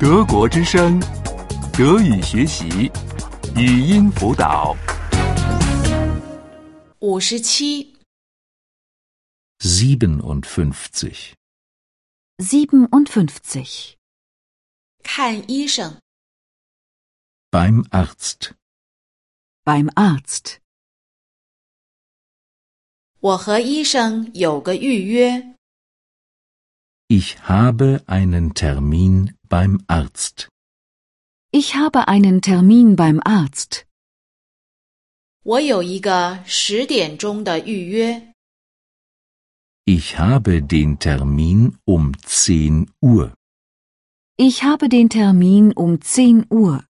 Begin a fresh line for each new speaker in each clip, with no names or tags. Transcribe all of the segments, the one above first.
德国之声，德语学习，语音辅导。
五十七，
57.
57.
看医生，
Beim Arzt.
Beim Arzt.
我和医生有个预约，
Ich habe einen Termin beim Arzt.
Ich habe einen Termin beim Arzt.
我有一个十点钟的预约，
Ich habe den Termin um 10 Uhr.
Ich habe den Termin um 10 Uhr.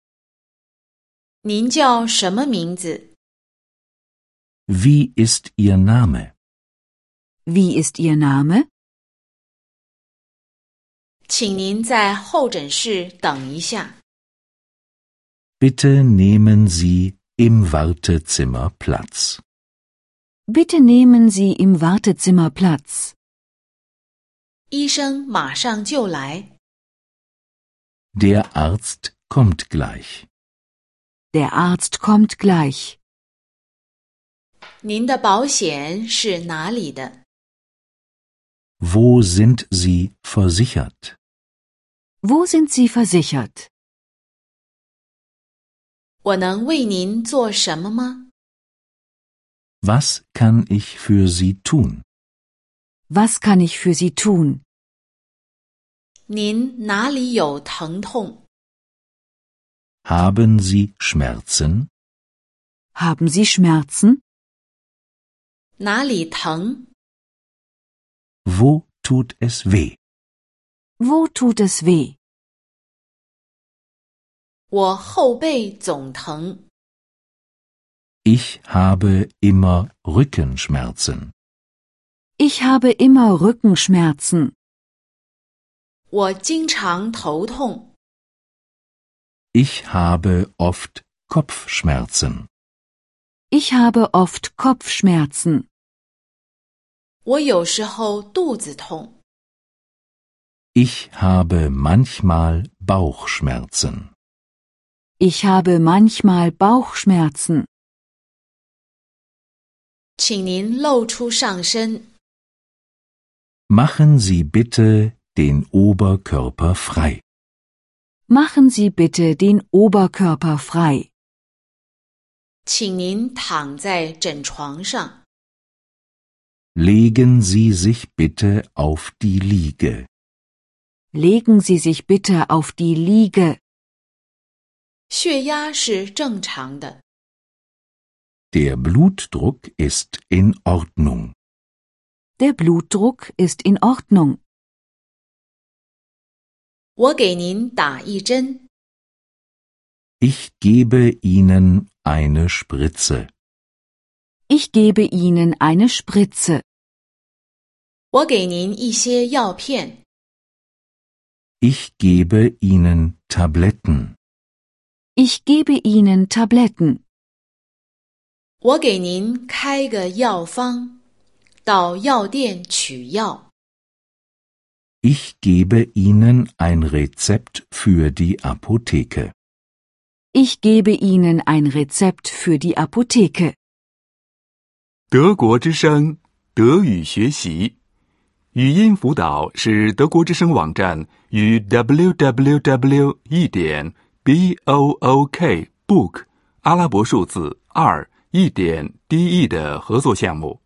您叫什么名字？
Wie ist Ihr Name?
Wie ist Ihr Name?
请您在候诊室等一下。
Bitte nehmen Sie im Wartezimmer Platz.
Bitte nehmen Sie im Wartezimmer Platz.
医生马上就来。
Der Arzt kommt gleich.
Der Arzt kommt gleich.
您的保险是哪里的？
Wo sind Sie versichert?
Wo sind Sie versichert?
我能为您做什么吗？
Was kann ich für Sie tun?
Was kann ich für Sie tun?
您哪里有疼痛？
Haben Sie Schmerzen?
Haben Sie Schmerzen?
哪里疼？
Wo tut es weh?
Wo tut es weh?
我后背总疼，
Ich habe immer Rückenschmerzen.
Ich habe immer Rückenschmerzen.
我经常头痛，
Ich habe oft Kopfschmerzen.
Ich habe oft Kopfschmerzen.
我有时候肚子痛，
Ich habe manchmal Bauchschmerzen.
Ich habe manchmal Bauchschmerzen.
请您露出上身。
Machen Sie bitte den Oberkörper frei.
Machen Sie bitte den Oberkörper frei.
请您躺在枕床上，
Legen Sie sich bitte auf die Liege.
Legen Sie sich bitte auf die Liege.
血压是正常的，
Der Blutdruck ist in Ordnung.
Der Blutdruck ist in Ordnung.
我给您打一针，
Ich gebe Ihnen eine Spritze.
Ich gebe Ihnen eine Spritze.
我给您一些药片，
Ich gebe Ihnen Tabletten.
Ich gebe Ihnen Tabletten.
我给您开个药方，到药店取药。
Ich gebe Ihnen ein Rezept für die Apotheke.
Ich gebe Ihnen ein Rezept für die Apotheke.
德国之声，德语学习，语音辅导是德国之声网站与 www. 一点 b o o k book 阿拉伯数字二一点 d e 的合作项目。